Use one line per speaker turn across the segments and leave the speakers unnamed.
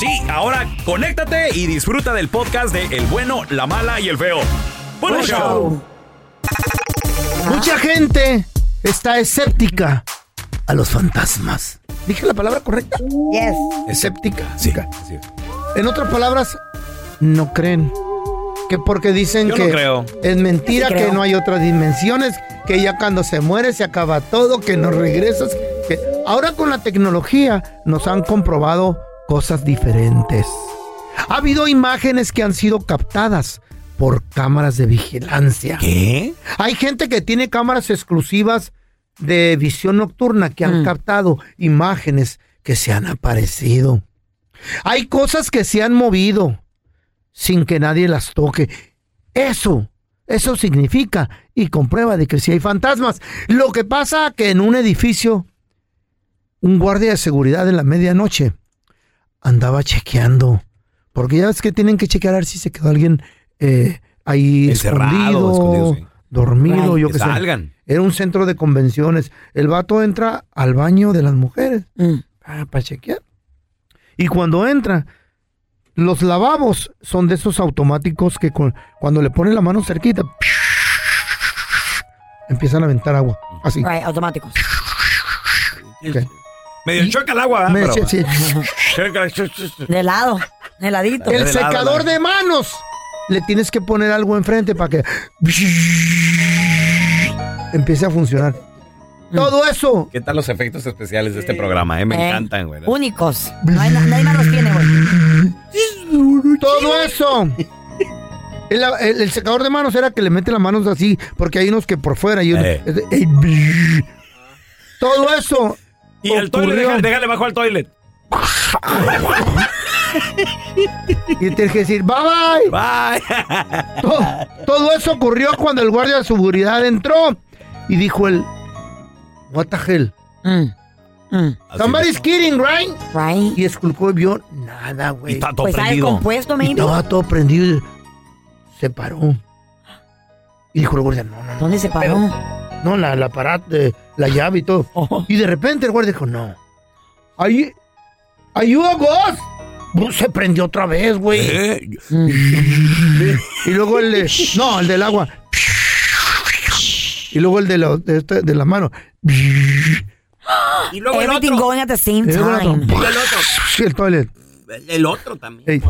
Sí, ahora conéctate y disfruta del podcast de El bueno, la mala y el feo. Bueno,
Buen
show.
show. Mucha gente está escéptica a los fantasmas. ¿Dije la palabra correcta?
Yes.
Escéptica. Sí. En otras palabras, no creen. Que porque dicen
Yo no
que
creo.
es mentira,
Yo sí
que
creo.
no hay otras dimensiones, que ya cuando se muere se acaba todo, que no regresas. Que... Ahora con la tecnología nos han comprobado cosas diferentes. Ha habido imágenes que han sido captadas por cámaras de vigilancia.
¿Qué?
Hay gente que tiene cámaras exclusivas de visión nocturna que han
Mm.
captado imágenes que se han aparecido. Hay cosas que se han movido sin que nadie las toque. Eso, eso significa y comprueba de que si hay fantasmas. Lo que pasa que en un edificio, un guardia de seguridad en la medianoche andaba chequeando. Porque ya ves que tienen que chequear a ver si se quedó alguien eh, ahí
Encerrado,
escondido,
escondido, sí.
dormido,
Right.
yo
Que
qué sé.
salgan.
Era un centro de convenciones. El vato entra al baño de las mujeres
Mm.
para chequear. Y cuando entra, los lavabos son de esos automáticos que cu- cuando le ponen la mano cerquita, empiezan a aventar agua. Así.
Right, automáticos.
ok.
Medio choca el agua. ¿eh?
Me
Pero-
decía, sí.
De lado, de ladito.
El
de lado,
secador
eh.
lado.
de manos. Le tienes que poner algo enfrente para que empiece a funcionar. Todo eso.
¿Qué tal los efectos especiales de este programa? eh? Me
Eh,
encantan, güey.
Únicos. No hay, na- nadie más los tiene, güey.
Todo eso. El, el- el secador de manos era que le mete las manos así, porque hay unos que por fuera y unos-
Eh.
Todo eso.
Y el toilet,
ocurrió.
déjale, déjale bajo al toilet.
Y tienes que decir, bye bye.
Bye.
Todo, todo eso ocurrió cuando el guardia de seguridad entró y dijo el What the hell?
Mm. Mm.
Somebody's kidding, right?
Right.
Y esculcó y vio nada, güey.
Y está todo
Pues está
prendido.
descompuesto,
Y
maybe.
estaba todo prendido. Se paró. Y dijo el guardia, no, no, no.
¿Dónde se paró? Oh.
No, la, la parat- eh, la llave y todo. Y de repente el guardia dijo, no. Ahí, ayuda, vos. Bu- Se prendió otra vez, güey.
Eh,
Y luego el de, no, el del agua. Y luego el de, la, de, este- de la mano.
Y luego el
Everything
otro.
going at the same
Y luego el otro.
time.
El toilet.
El otro también.
Ey.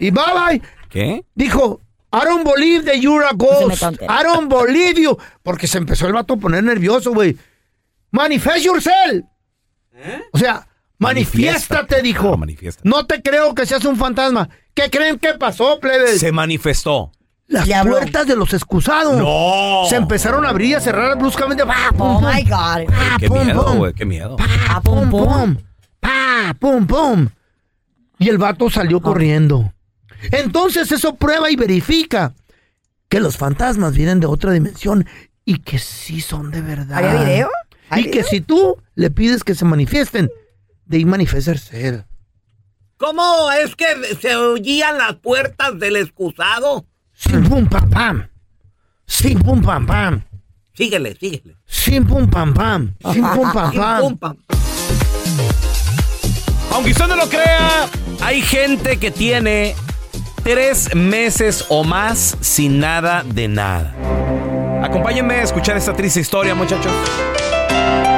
Y bye bye.
¿Qué?
Dijo, I don't believe that you're a
No
ghost.
se me tonte.
I don't believe you. Porque se empezó el vato a poner nervioso, güey. Manifest yourself.
¿Eh?
O sea, manifiéstate,
Manifiéstate.
dijo.
Ah, manifiéstate.
No te creo que seas un fantasma. ¿Qué creen que pasó, plebes?
Se manifestó.
Las
Le habló.
puertas de los excusados
No.
se empezaron a abrir y a cerrar bruscamente. Pa, pum,
Oh
pum.
my God.
Pa,
Qué
Ah, pum,
miedo,
pum.
güey. Qué miedo.
Pa,
Ah, pum, pum.
¡Pa! ¡Pum, pum! Y el vato salió corriendo. Entonces eso prueba y verifica que los fantasmas vienen de otra dimensión y que sí son de verdad.
¿Había video?
Y que si tú le pides que se manifiesten, de ahí manifestar ser.
¿Cómo es que se oían las puertas del excusado?
Sin pum pam pam. Sin pum pam pam.
Síguele, síguele.
Sin pum pam pam. Sin pum pam pam.
Pim, pum, pam.
Aunque usted no lo crea, hay gente que tiene tres meses o más sin nada de nada. Acompáñenme a escuchar esta triste historia, muchachos.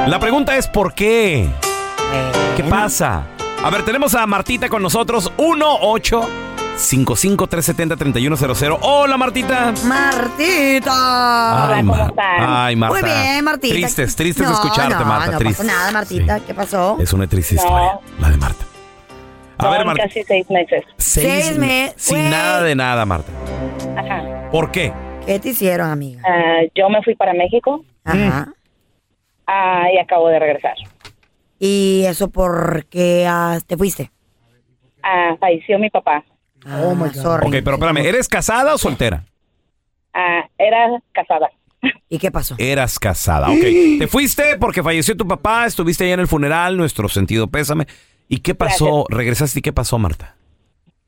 La pregunta es ¿por qué? ¿Qué pasa? A ver, tenemos a Martita con nosotros, 1-855-370-3100. Hola, Martita.
Martita.
Ay, Mar- Ay, Marta.
Muy bien, Martita.
Tristes, tristes
No,
escucharte,
no,
Marta,
No
tristes.
pasó nada, Martita. ¿Qué pasó?
Es una triste historia, la de Marta. A ver, Marta.
Casi seis meses.
Seis,
Seis
meses.
meses.
Sin
Güey.
nada de nada, Marta.
Ajá.
¿Por qué?
¿Qué te hicieron, amiga?
Ah, yo me fui para México
Mm.
Ajá.
ah, y acabo de regresar.
¿Y eso por qué ah, te fuiste?
Ah, falleció mi papá.
oh, my sorry.
Ok, pero espérame, ¿eres casada o soltera?
Ah, era casada.
¿Y qué pasó?
Eras casada, ok. Te fuiste porque falleció tu papá, estuviste allá en el funeral, nuestro sentido pésame. ¿Y qué pasó? Regresaste y qué pasó, Marta.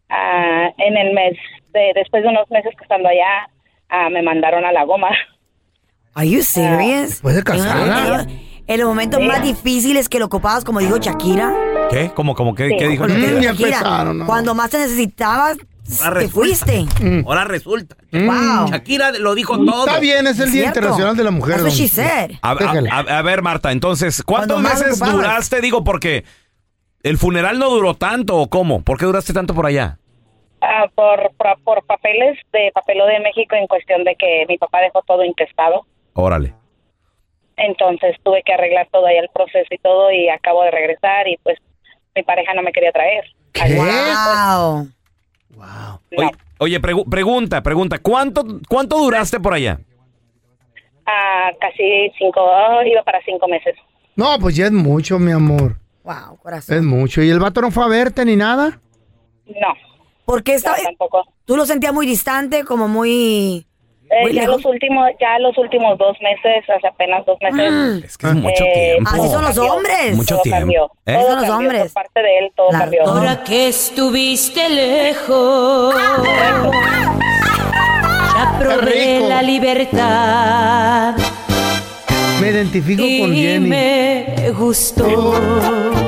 Ah, en el mes, de- después de unos meses que estando allá, ah, me mandaron a la goma.
¿Are
Ah.
you serious?
Después de casada.
Ah, En los momentos más difíciles que lo ocupabas, como dijo Shakira,
¿Qué? ¿Cómo, cómo, Eh, qué,
Sí.
qué dijo?
con lo que
Mm,
dijo
ya
Shakira,
empezaron, ¿no?
cuando más te necesitabas,
Ah,
te
resulta.
fuiste.
Ahora resulta.
Mm. Wow.
Shakira lo dijo todo.
Mm. Está bien, es el Día
¿Cierto?
Internacional de la Mujer.
That's what
don-
she said.
A, a-
Déjala.
a- a ver, Marta, entonces, ¿cuántos
Cuando más
meses
ocupabas.
duraste? Digo, porque el funeral no duró tanto, ¿o cómo? ¿Por qué duraste tanto por allá?
Ah, por, por, por papeles de papeleo de México en cuestión de que mi papá dejó todo intestado.
Órale.
Entonces tuve que arreglar todo ahí el proceso y todo y acabo de regresar y pues mi pareja no me quería traer.
¿Qué?
Wow.
Oye, oye, pregu- pregunta, pregunta, ¿cuánto, ¿cuánto duraste por allá?
Ah, casi cinco, oh, iba para cinco meses.
No, pues ya es mucho, mi amor.
Wow,
Es
corazón.
mucho. ¿Y el vato no fue a verte ni nada?
No,
¿Por qué
no,
estaba,
tampoco.
tú lo sentías muy distante, como muy...
Eh,
Muy
ya
lejos.
los últimos, ya los últimos dos meses, hace apenas dos meses.
Es que es mucho
eh,
tiempo.
Así Ah. son los
cambió.
hombres.
Mucho
todo
tiempo.
cambió.
¿Eh? Mm.
Todo
Son los
cambió
hombres.
Por parte de él, todo
La-
cambió.
Ahora
que estuviste lejos, ya
probé rico. la
libertad
Me identifico con Jenny.
me gustó.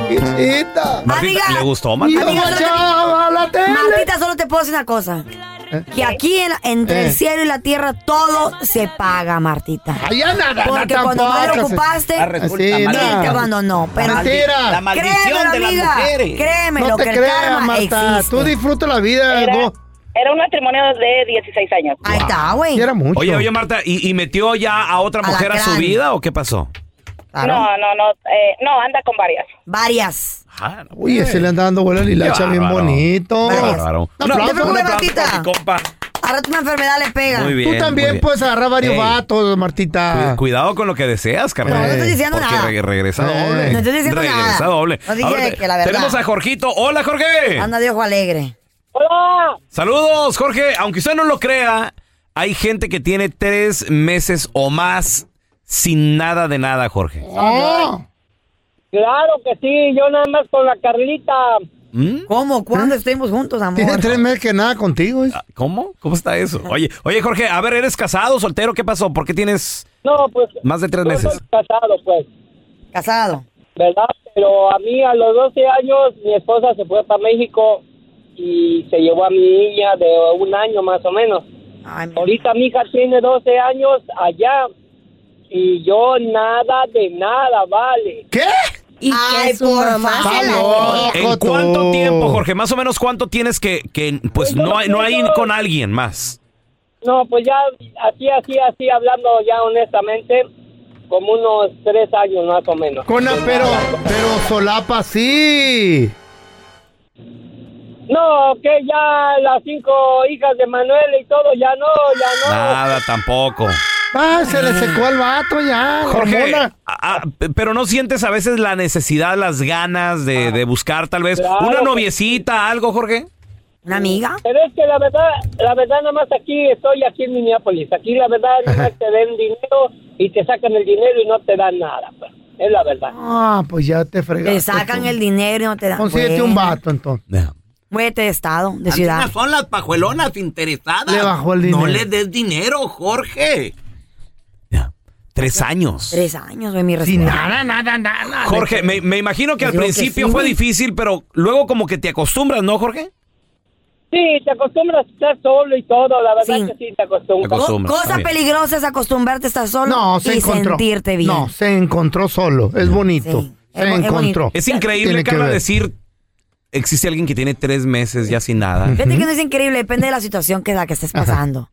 Hijita.
Martita,
Amiga.
¿le gustó,
Y
Marta?
lo
Amiga, no te-
echaba a la tele.
Martita, solo te puedo decir una cosa.
¿Eh?
Que aquí en- entre
Eh.
el cielo y la tierra todo se paga, Martita.
Allá nada,
Porque
nada
cuando más
tampoco,
lo
se-
ocupaste,
Ah, resulta,
Así,
maldita.
nada.
él te abandonó. Pero
Mentira.
La maldición
créemelo,
de las
amiga,
mujeres.
Créemelo,
No te
que el
creas,
karma
Marta.
existe.
Tú disfruta la vida.
Era,
go-
era un matrimonio de 16 años.
Ahí está, güey.
Y era mucho.
Oye, oye, Marta, ¿y, y metió ya a otra mujer a su
Alacrán.
vida o qué pasó?
Claro.
No, no, no, eh, no, anda con varias.
Varias.
Oye, se le anda dando vuelo al hilacha
Qué
bien
bárbaro.
bonito.
Qué bárbaro.
Un
No te
aplauso,
preocupes,
un aplauso.
Martita.
por mi compa.
Ahora tu enfermedad le pega.
Muy bien.
Tú también
muy bien.
puedes agarrar varios
Ey,
vatos,
cu-
Martita.
Cuidado con lo que deseas, carnal.
No, no estoy diciendo
Porque
nada.
re- regresa
Eh.
doble.
No estoy diciendo nada.
regresa doble.
No dije
A ver,
que la verdad.
Tenemos a Jorgito. Hola, Jorge.
Anda de ojo alegre.
¡Hola!
Saludos, Jorge. Aunque usted no lo crea, hay gente que tiene tres meses o más sin nada de nada, Jorge. Ah,
Oh,
Claro que sí, yo nada más con la Carlita.
¿Mm?
¿Cómo? ¿Cuándo estuvimos juntos, amor?
tiene tres meses que nada contigo.
Ah.
¿eh?
¿Cómo? ¿Cómo está eso? Oye, oye, Jorge, a ver, ¿eres casado, soltero? ¿Qué pasó? ¿Por qué tienes
No, pues.
más de tres
yo
meses?
soy casado, pues,
Casado.
¿verdad? Pero a mí, a los 12 años, mi esposa se fue para México y se llevó a mi niña de un año más o menos.
Ay, mi-
Ahorita mi hija tiene 12 años allá y yo nada de nada, vale.
¿Qué?
Y
Ay, por favor.
¿En
Joto.
cuánto tiempo, Jorge? Más o menos cuánto tienes que, que pues no hay, no hay con alguien más.
No, pues ya así, así, así, hablando ya honestamente, como unos 3 años más o menos.
Cona, pero, pero solapa sí.
No, que ya las cinco hijas de Manuel y todo, ya no, ya no.
Nada, tampoco.
Ah, se le secó al vato ya. la
Jorge,
hormona.
ah, ah, pero no sientes a veces la necesidad, las ganas de, de buscar tal vez
Claro,
una
pues.
noviecita, algo, Jorge.
¿Una amiga? Pero es que la verdad, la verdad nada más aquí, estoy aquí en Minneapolis. Aquí la verdad nada más te den dinero y te sacan el dinero y no te dan nada, pues. Es la verdad.
Ah, pues ya te fregaste.
Te sacan el dinero y no te dan.
Consíguete un vato, entonces.
Muévete de estado, de ciudad.
Algunas son las pajuelonas interesadas.
Le bajó el
No
dinero.
le des dinero, Jorge.
Tres años.
Tres años, güey, mi
Sin
respeto.
nada, nada, nada.
Jorge, me, me imagino que
Yo
al
digo que
principio
sí,
fue
güey.
difícil, pero luego como que te acostumbras, ¿no, Jorge?
Sí, te acostumbras a estar solo y todo, la verdad que sí te acostumbras.
Te acostumbras,
Cosa peligrosa es acostumbrarte a estar solo
No, se
y
encontró.
sentirte bien.
No, se encontró solo. Es bonito. Se
Es bo- es
encontró.
Es increíble,
Tiene que
Carla,
ver.
decir, existe alguien que tiene tres meses ya sin nada.
Fíjate que no es increíble, depende de la situación que la que estés pasando.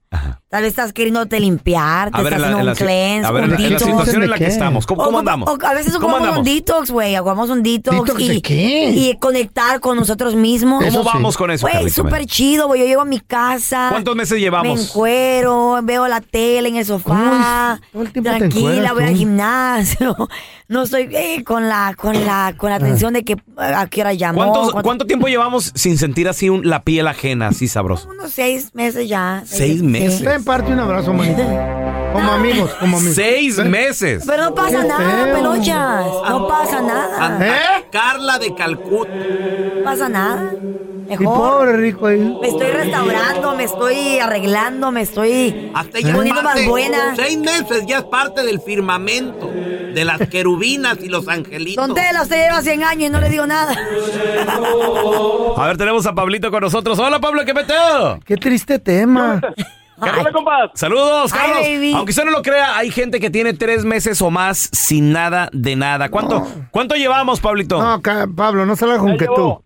Tal vez estás queriéndote limpiar, te
A ver,
estás
en la-
haciendo
en la
un
si-
cleanse,
a ver,
un
en la- en la
detox.
situación en la que estamos, ¿cómo-
O
cómo
ocupa-
andamos?
o a veces
¿Cómo
ocupamos un
andamos?
detox, güey, ocupamos un detox.
¿Detox
y,
de qué?
y conectar con nosotros mismos.
Eso ¿Cómo sí. vamos con eso,
Güey,
Carlita?
súper chido, güey. Yo llego a mi casa.
¿Cuántos meses llevamos?
Me encuero, veo la tele en el sofá.
te
tranquila,
encueras,
voy al
tú?
gimnasio. No estoy eh, con la, con la,
Ah.
con la atención de que a a qué hora llamó.
¿Cuántos-
cuánto-
¿Cuánto tiempo llevamos sin sentir así un- la piel ajena, así sabroso?
Unos seis meses ya.
Seis meses.
Está en parte un abrazo, manita. Como amigos, como amigos.
Seis
¿Eh?
meses.
Pero no pasa nada, pelochas. No pasa nada.
¿Eh?
Carla de Calcuta.
¿Eh? No pasa nada.
Y
Mejor.
pobre rico ahí.
Me estoy restaurando, me estoy arreglando, me estoy
¿Eh?
Hasta ya es
poniendo más
parte-
buena.
Seis meses ya es parte del firmamento, de las querubinas y los angelitos.
Don Tela, usted lleva 100 años y no le digo nada.
A ver, tenemos a Pablito con nosotros. Hola, Pablo, ¿qué peteo?
Qué triste tema.
Saludos,
Ay,
Carlos.
baby.
Aunque usted no lo crea, hay gente que tiene tres meses o más sin nada de nada. ¿Cuánto, ¿cuánto llevamos, Pablito?
No, ca- Pablo, no salgas con que tú.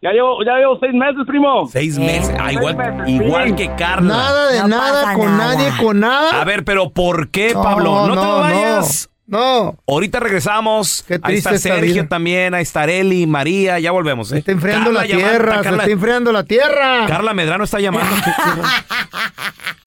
Ya llevo, ya llevo seis meses, primo.
Seis meses. Ah, igual, igual que Carla.
Nada de nada, con nadie, con nada.
A ver, pero ¿por qué,
No,
Pablo? No, te
no,
vayas.
No.
Ahorita regresamos. Ahí
triste
está
esta
Sergio
vida.
también, ahí está Areli, María, ya volvemos. ¿eh?
Está enfriando
Carla
la
llamando,
tierra, se
Carla-
está enfriando la tierra.
Carla Medrano está llamando.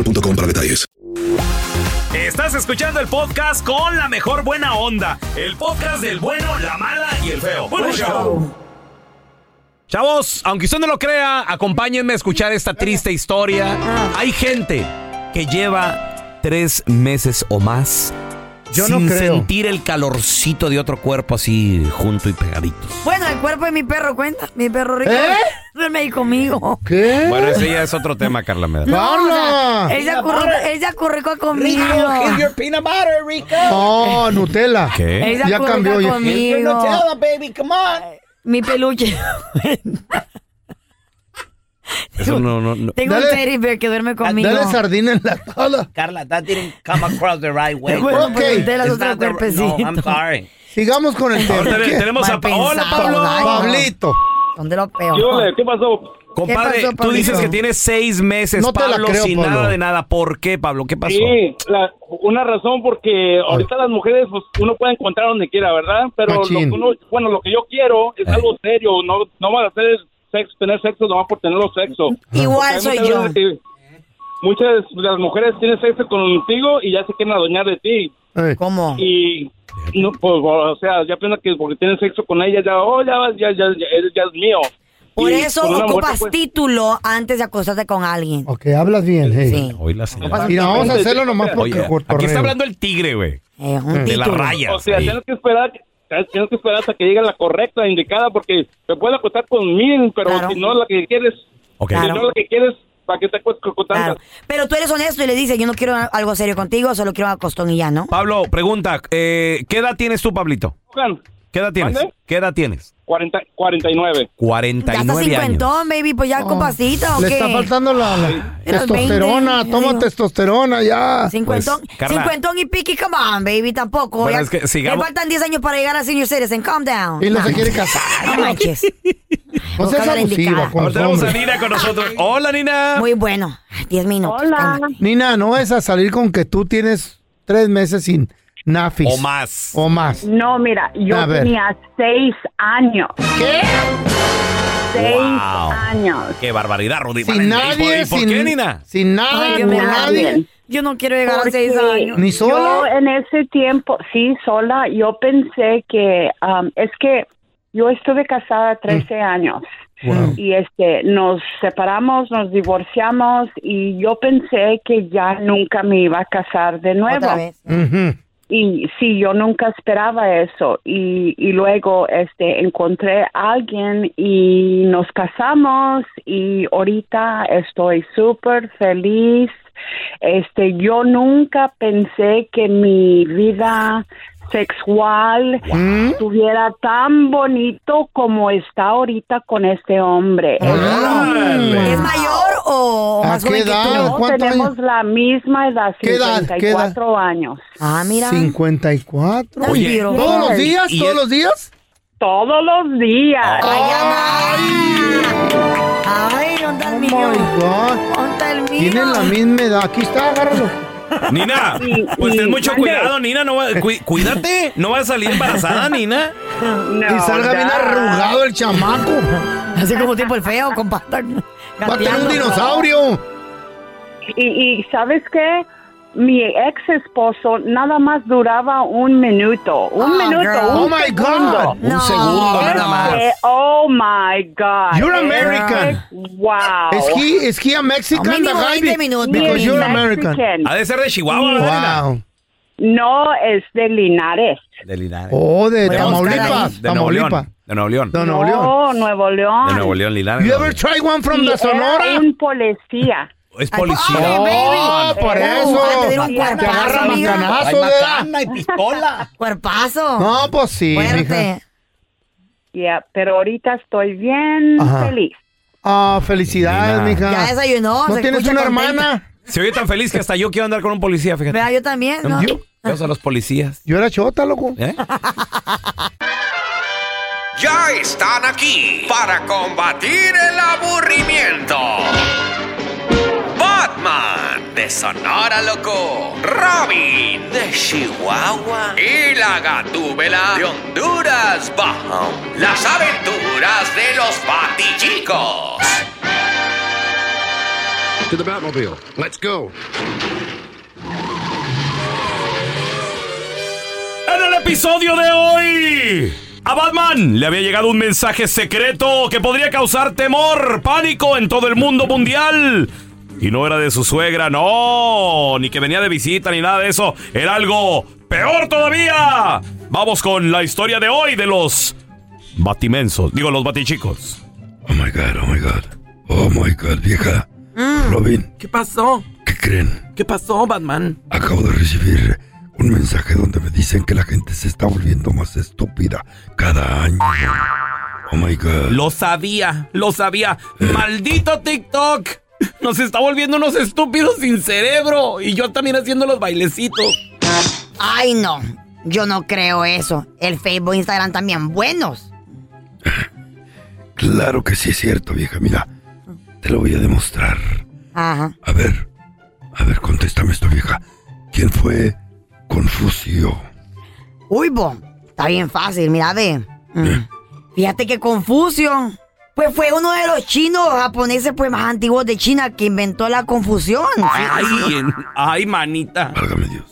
para detalles.
Estás escuchando el podcast con la mejor buena onda. El podcast del bueno, la mala y el feo. Bueno, show. Chavos, aunque usted no lo crea, acompáñenme a escuchar esta triste historia.
Ah.
Hay gente que lleva tres meses o más
Yo no
sin
creo.
sentir el calorcito de otro cuerpo así junto y pegaditos.
Bueno, el cuerpo de mi perro cuenta. Mi perro rico.
¿Eh?
Duerme ahí conmigo.
¿Qué?
Bueno, ese ya es otro tema, Carla Medrano.
No, o sea,
¡Carla!
él, se acurru- él se acurrucó conmigo.
Rico, here's your
peanut butter, Rico.
Oh, Nutella.
¿Qué?
Ella
Ya
acurruca
cambió. ya.
conmigo.
Nutella, baby, come on.
Mi peluche.
Eso no, no, no.
Tengo
Dale.
un teddy bear que duerme conmigo.
Dale sardina en la tabla.
Carla, that didn't come across the right way.
Bueno, pues, Ok.
Nutella es
It's
otro
not the- No,
cuerpecito.
I'm sorry.
Sigamos con el tema.
Ahora te-
¿Qué?
tenemos a Pa- Hola,
pensado,
Pablo.
ay, no.
Pablito.
¿Dónde lo peor?
¿Qué pasó?
Compadre,
¿Qué pasó,
tú dices
Pablito?
que tienes seis meses,
No te la
Pablo,
creo,
sin
Pablo.
nada de nada. ¿Por qué, Eh, Pablo? ¿Qué pasó?
Sí, la- una razón porque ahorita las mujeres pues, uno puede encontrar donde quiera, ¿verdad? Pero lo
Machín.
que uno- bueno, lo que yo quiero es algo serio, no no van a hacer sexo, tener sexo nomás por tenerlo sexo.
Igual
O sea, no
soy
te
yo.
debes de- muchas de las mujeres tienen sexo contigo y ya se quieren adueñar de ti.
¿Cómo?
Y, no, pues, o sea, ya piensan que porque tienen sexo con ella, ya, oh, ya, ya, ya, ya, él ya es mío.
Por
Y
eso
con una mujer,
ocupas
pues,
título antes de acostarte con alguien.
Ok, hablas bien, hey.
Hoy la señora.
Mira, vamos a hacerlo nomás por
Oye,
por
aquí
torneo.
está hablando el tigre, güey.
eh,
un
de las
título.
rayas.
O sea,
ahí.
tienes que esperar, tienes que esperar hasta que llegue la correcta, indicada, porque te puede acostar con mil, pero si no la que quieres, si
Claro.
no la que quieres, ¿para qué te acuestas con tantas?
Pero tú eres honesto y le dices, yo no quiero algo serio contigo, solo quiero un acostón y ya, ¿no?
Pablo, pregunta, eh, ¿qué edad tienes tú, Pablito? ¿Qué edad tienes?
¿Mande?
¿Qué edad tienes?
40, 49.
Ya está
49 años.
cincuentón, baby, pues ya con pasita, ¿o
Le
qué?
está faltando la, la
Era el
testosterona, toma
20, yo digo.
testosterona ya.
Cincuentón,
Pues, Carla.
cincuentón y piqui, come on, baby, tampoco.
Bueno,
Ya-
es que sigamos-
Me faltan 10 años para llegar a senior citizen, calm down.
Y no se
Nah.
quiere casar.
No manches.
No seas
Vocabulario
abusiva
indicada.
con los
Ahorita tenemos a
hombres.
Nina con nosotros. Oh, Hola, Nina.
Muy bueno. 10 minutos. Hola.
Nina, no es a salir con que tú tienes tres meses sin nafis.
O más.
O más.
No, mira, yo
A ver.
tenía seis años. ¿Qué? Seis
Wow.
años.
Qué barbaridad, Rudy.
Sin
Vale, ¿y
nadie,
por- ¿Y por
sin-
qué, Nina?
Sin nada,
Ay,
con
mira,
nadie.
bien.
Yo no quiero llegar a 6
Porque
años.
¿Ni sola?
Yo en ese tiempo, sí, sola, yo pensé que, um, es que yo estuve casada 13
Mm.
años y este nos separamos, nos divorciamos y yo pensé que ya nunca me iba a casar de nuevo. Y sí, yo nunca esperaba eso. Y, y luego este, encontré a alguien y nos casamos y ahorita estoy súper feliz. Este, yo nunca pensé que mi vida sexual
¿Mm?
estuviera tan bonito como está ahorita con este hombre.
¿Es mayor o más joven que tú?
No, tenemos la misma edad,
¿Qué edad? ¿Qué edad?
54 años.
Ah,
54.
Oye, Pero-
¿Todos los días?
¿y
¿Todos
es-
los días? Ah.
Todos los días.
Ay, ¿dónde está el mío? ¿Dónde el mío?
Oh Tienen la misma edad. Aquí está, agárralo.
Nina,
Y-
pues
y-
ten mucho
mande.
cuidado, Nina. No va- cu- cuídate. No vas a salir embarazada, Ah, Nina.
y salga bien arrugado el chamaco.
Así como tipo el feo, compa. Va
a tener un dinosaurio.
Y, y ¿sabes qué? Mi ex esposo nada más duraba un minuto. Un
Oh,
Ah,
minuto.
girl.
un
Oh, my God.
segundo.
Un No. segundo nada más.
Este, Oh my God.
You're
Este,
American.
Wow.
¿Es he, is he a Mexican?
No, mínimo
the guy?
20 minutos,
Because
mínimo.
you're American.
Mexican.
Ha de ser de Chihuahua, ¿verdad, Nina?
No, es de Linares.
De Linares.
Oh, de
Voy a buscar ahí.
Tamaulipas,
De Nuevo
Tamaulipas.
León. De Nuevo León.
De Oh, Nuevo León.
No, Nuevo León.
De Nuevo León, Linares.
You
Nuevo
ever
León.
try one from
Y
the
era
Sonora? Ah,
un policía.
Es policía.
Oh, por
Te
eso.
dieron un
Te
cuerpazo,
agarra
amiga.
macanazo, ¿verdad?
y pistola.
Cuerpazo.
No, pues sí, mija.
Yeah, pero ahorita estoy bien
Ajá.
feliz.
Ah, felicidades,
Nina.
mija.
Ya
desayunó,
¿No
se
tienes
escucha
una
contenta.
hermana?
Se oye tan feliz que hasta yo quiero andar con un policía, fíjate.
Vea, yo también, ¿no?
Yo, yo a los policías.
Yo era chota, loco.
¿Eh?
Ya están aquí para combatir el aburrimiento. Batman de Sonora Loco, Robin de Chihuahua y la Gatúbela de Honduras Bajo. Las aventuras de los Batichicos.
To the Batmobile. Let's go.
En el episodio de hoy, a Batman le había llegado un mensaje secreto que podría causar temor, pánico en todo el mundo mundial. Y no era de su suegra, no, ni que venía de visita ni nada de eso. Era algo peor todavía. Vamos con la historia de hoy de los batimensos, digo los batichicos.
Oh my god, oh my god. Oh my god, vieja. Robin,
Mm. ¿Qué pasó?
¿qué creen?
¿Qué pasó, Batman?
Acabo de recibir un mensaje donde me dicen que la gente se está volviendo más estúpida cada año. Oh my god.
Lo sabía, lo sabía. Maldito TikTok. Nos está volviendo unos estúpidos sin cerebro. Y yo también haciendo los bailecitos.
Ay, no. Yo no creo eso. El Facebook, Instagram también buenos.
Claro que sí es cierto, vieja. Mira, te lo voy a demostrar.
Ajá.
A ver, a ver, contéstame esto, vieja. ¿Quién fue Confucio?
Uy, bo. Está bien fácil, mira, ve. Mm. Fíjate que Confucio Pues fue uno de los chinos japoneses pues, más antiguos de China que inventó la confusión. Ah,
Ay, en- ay, manita.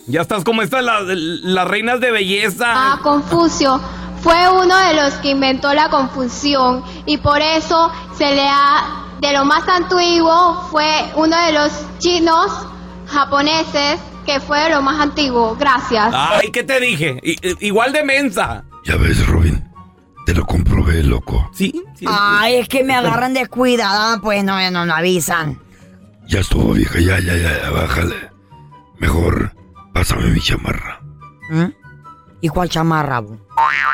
Ya estás como estas las, las reinas de belleza.
A Ah, Confucio fue uno de los que inventó la confusión y por eso se le ha de lo más antiguo fue uno de los chinos japoneses que fue de lo más antiguo. Gracias.
Ay, ¿qué te dije? I- i- igual de mensa.
Ya ves, Robin, te lo comprobé, loco.
Sí.
Ay, es que me agarran descuidada, pues no, no, no avisan.
Ya estuvo, vieja, ya, ya, ya, ya, bájale. Mejor, pásame mi chamarra.
¿Mm? ¿Y cuál chamarra? bu?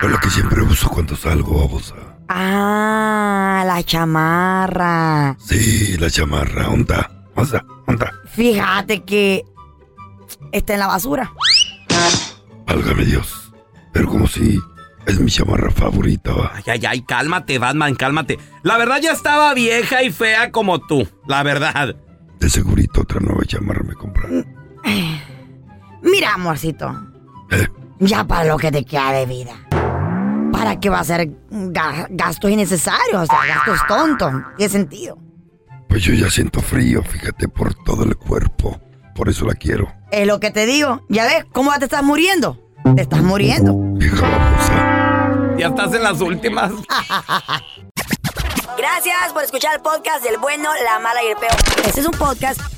Es la que siempre uso cuando salgo, babosa.
Ah, la chamarra.
Sí, la chamarra, onda, onda, onda.
Fíjate que está en la basura.
Válgame Dios. Pero como si es mi chamarra favorita, va.
Ay, ay, ay, cálmate, Batman, cálmate. La verdad ya estaba vieja y fea como tú. La verdad.
De segurito otra nueva chamarra me compra.
Mira, amorcito. Ya para lo que te queda de vida. ¿Para qué va a ser ga- gastos innecesarios? O sea, gastos tontos. ¿Qué sentido?
Pues yo ya siento frío, fíjate, por todo el cuerpo. Por eso la quiero.
Es lo que te digo. ¿Ya ves cómo te estás muriendo? Te estás muriendo.
Ya estás en las últimas.
Gracias por escuchar el podcast del bueno, la mala y el peor. Este es un podcast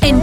En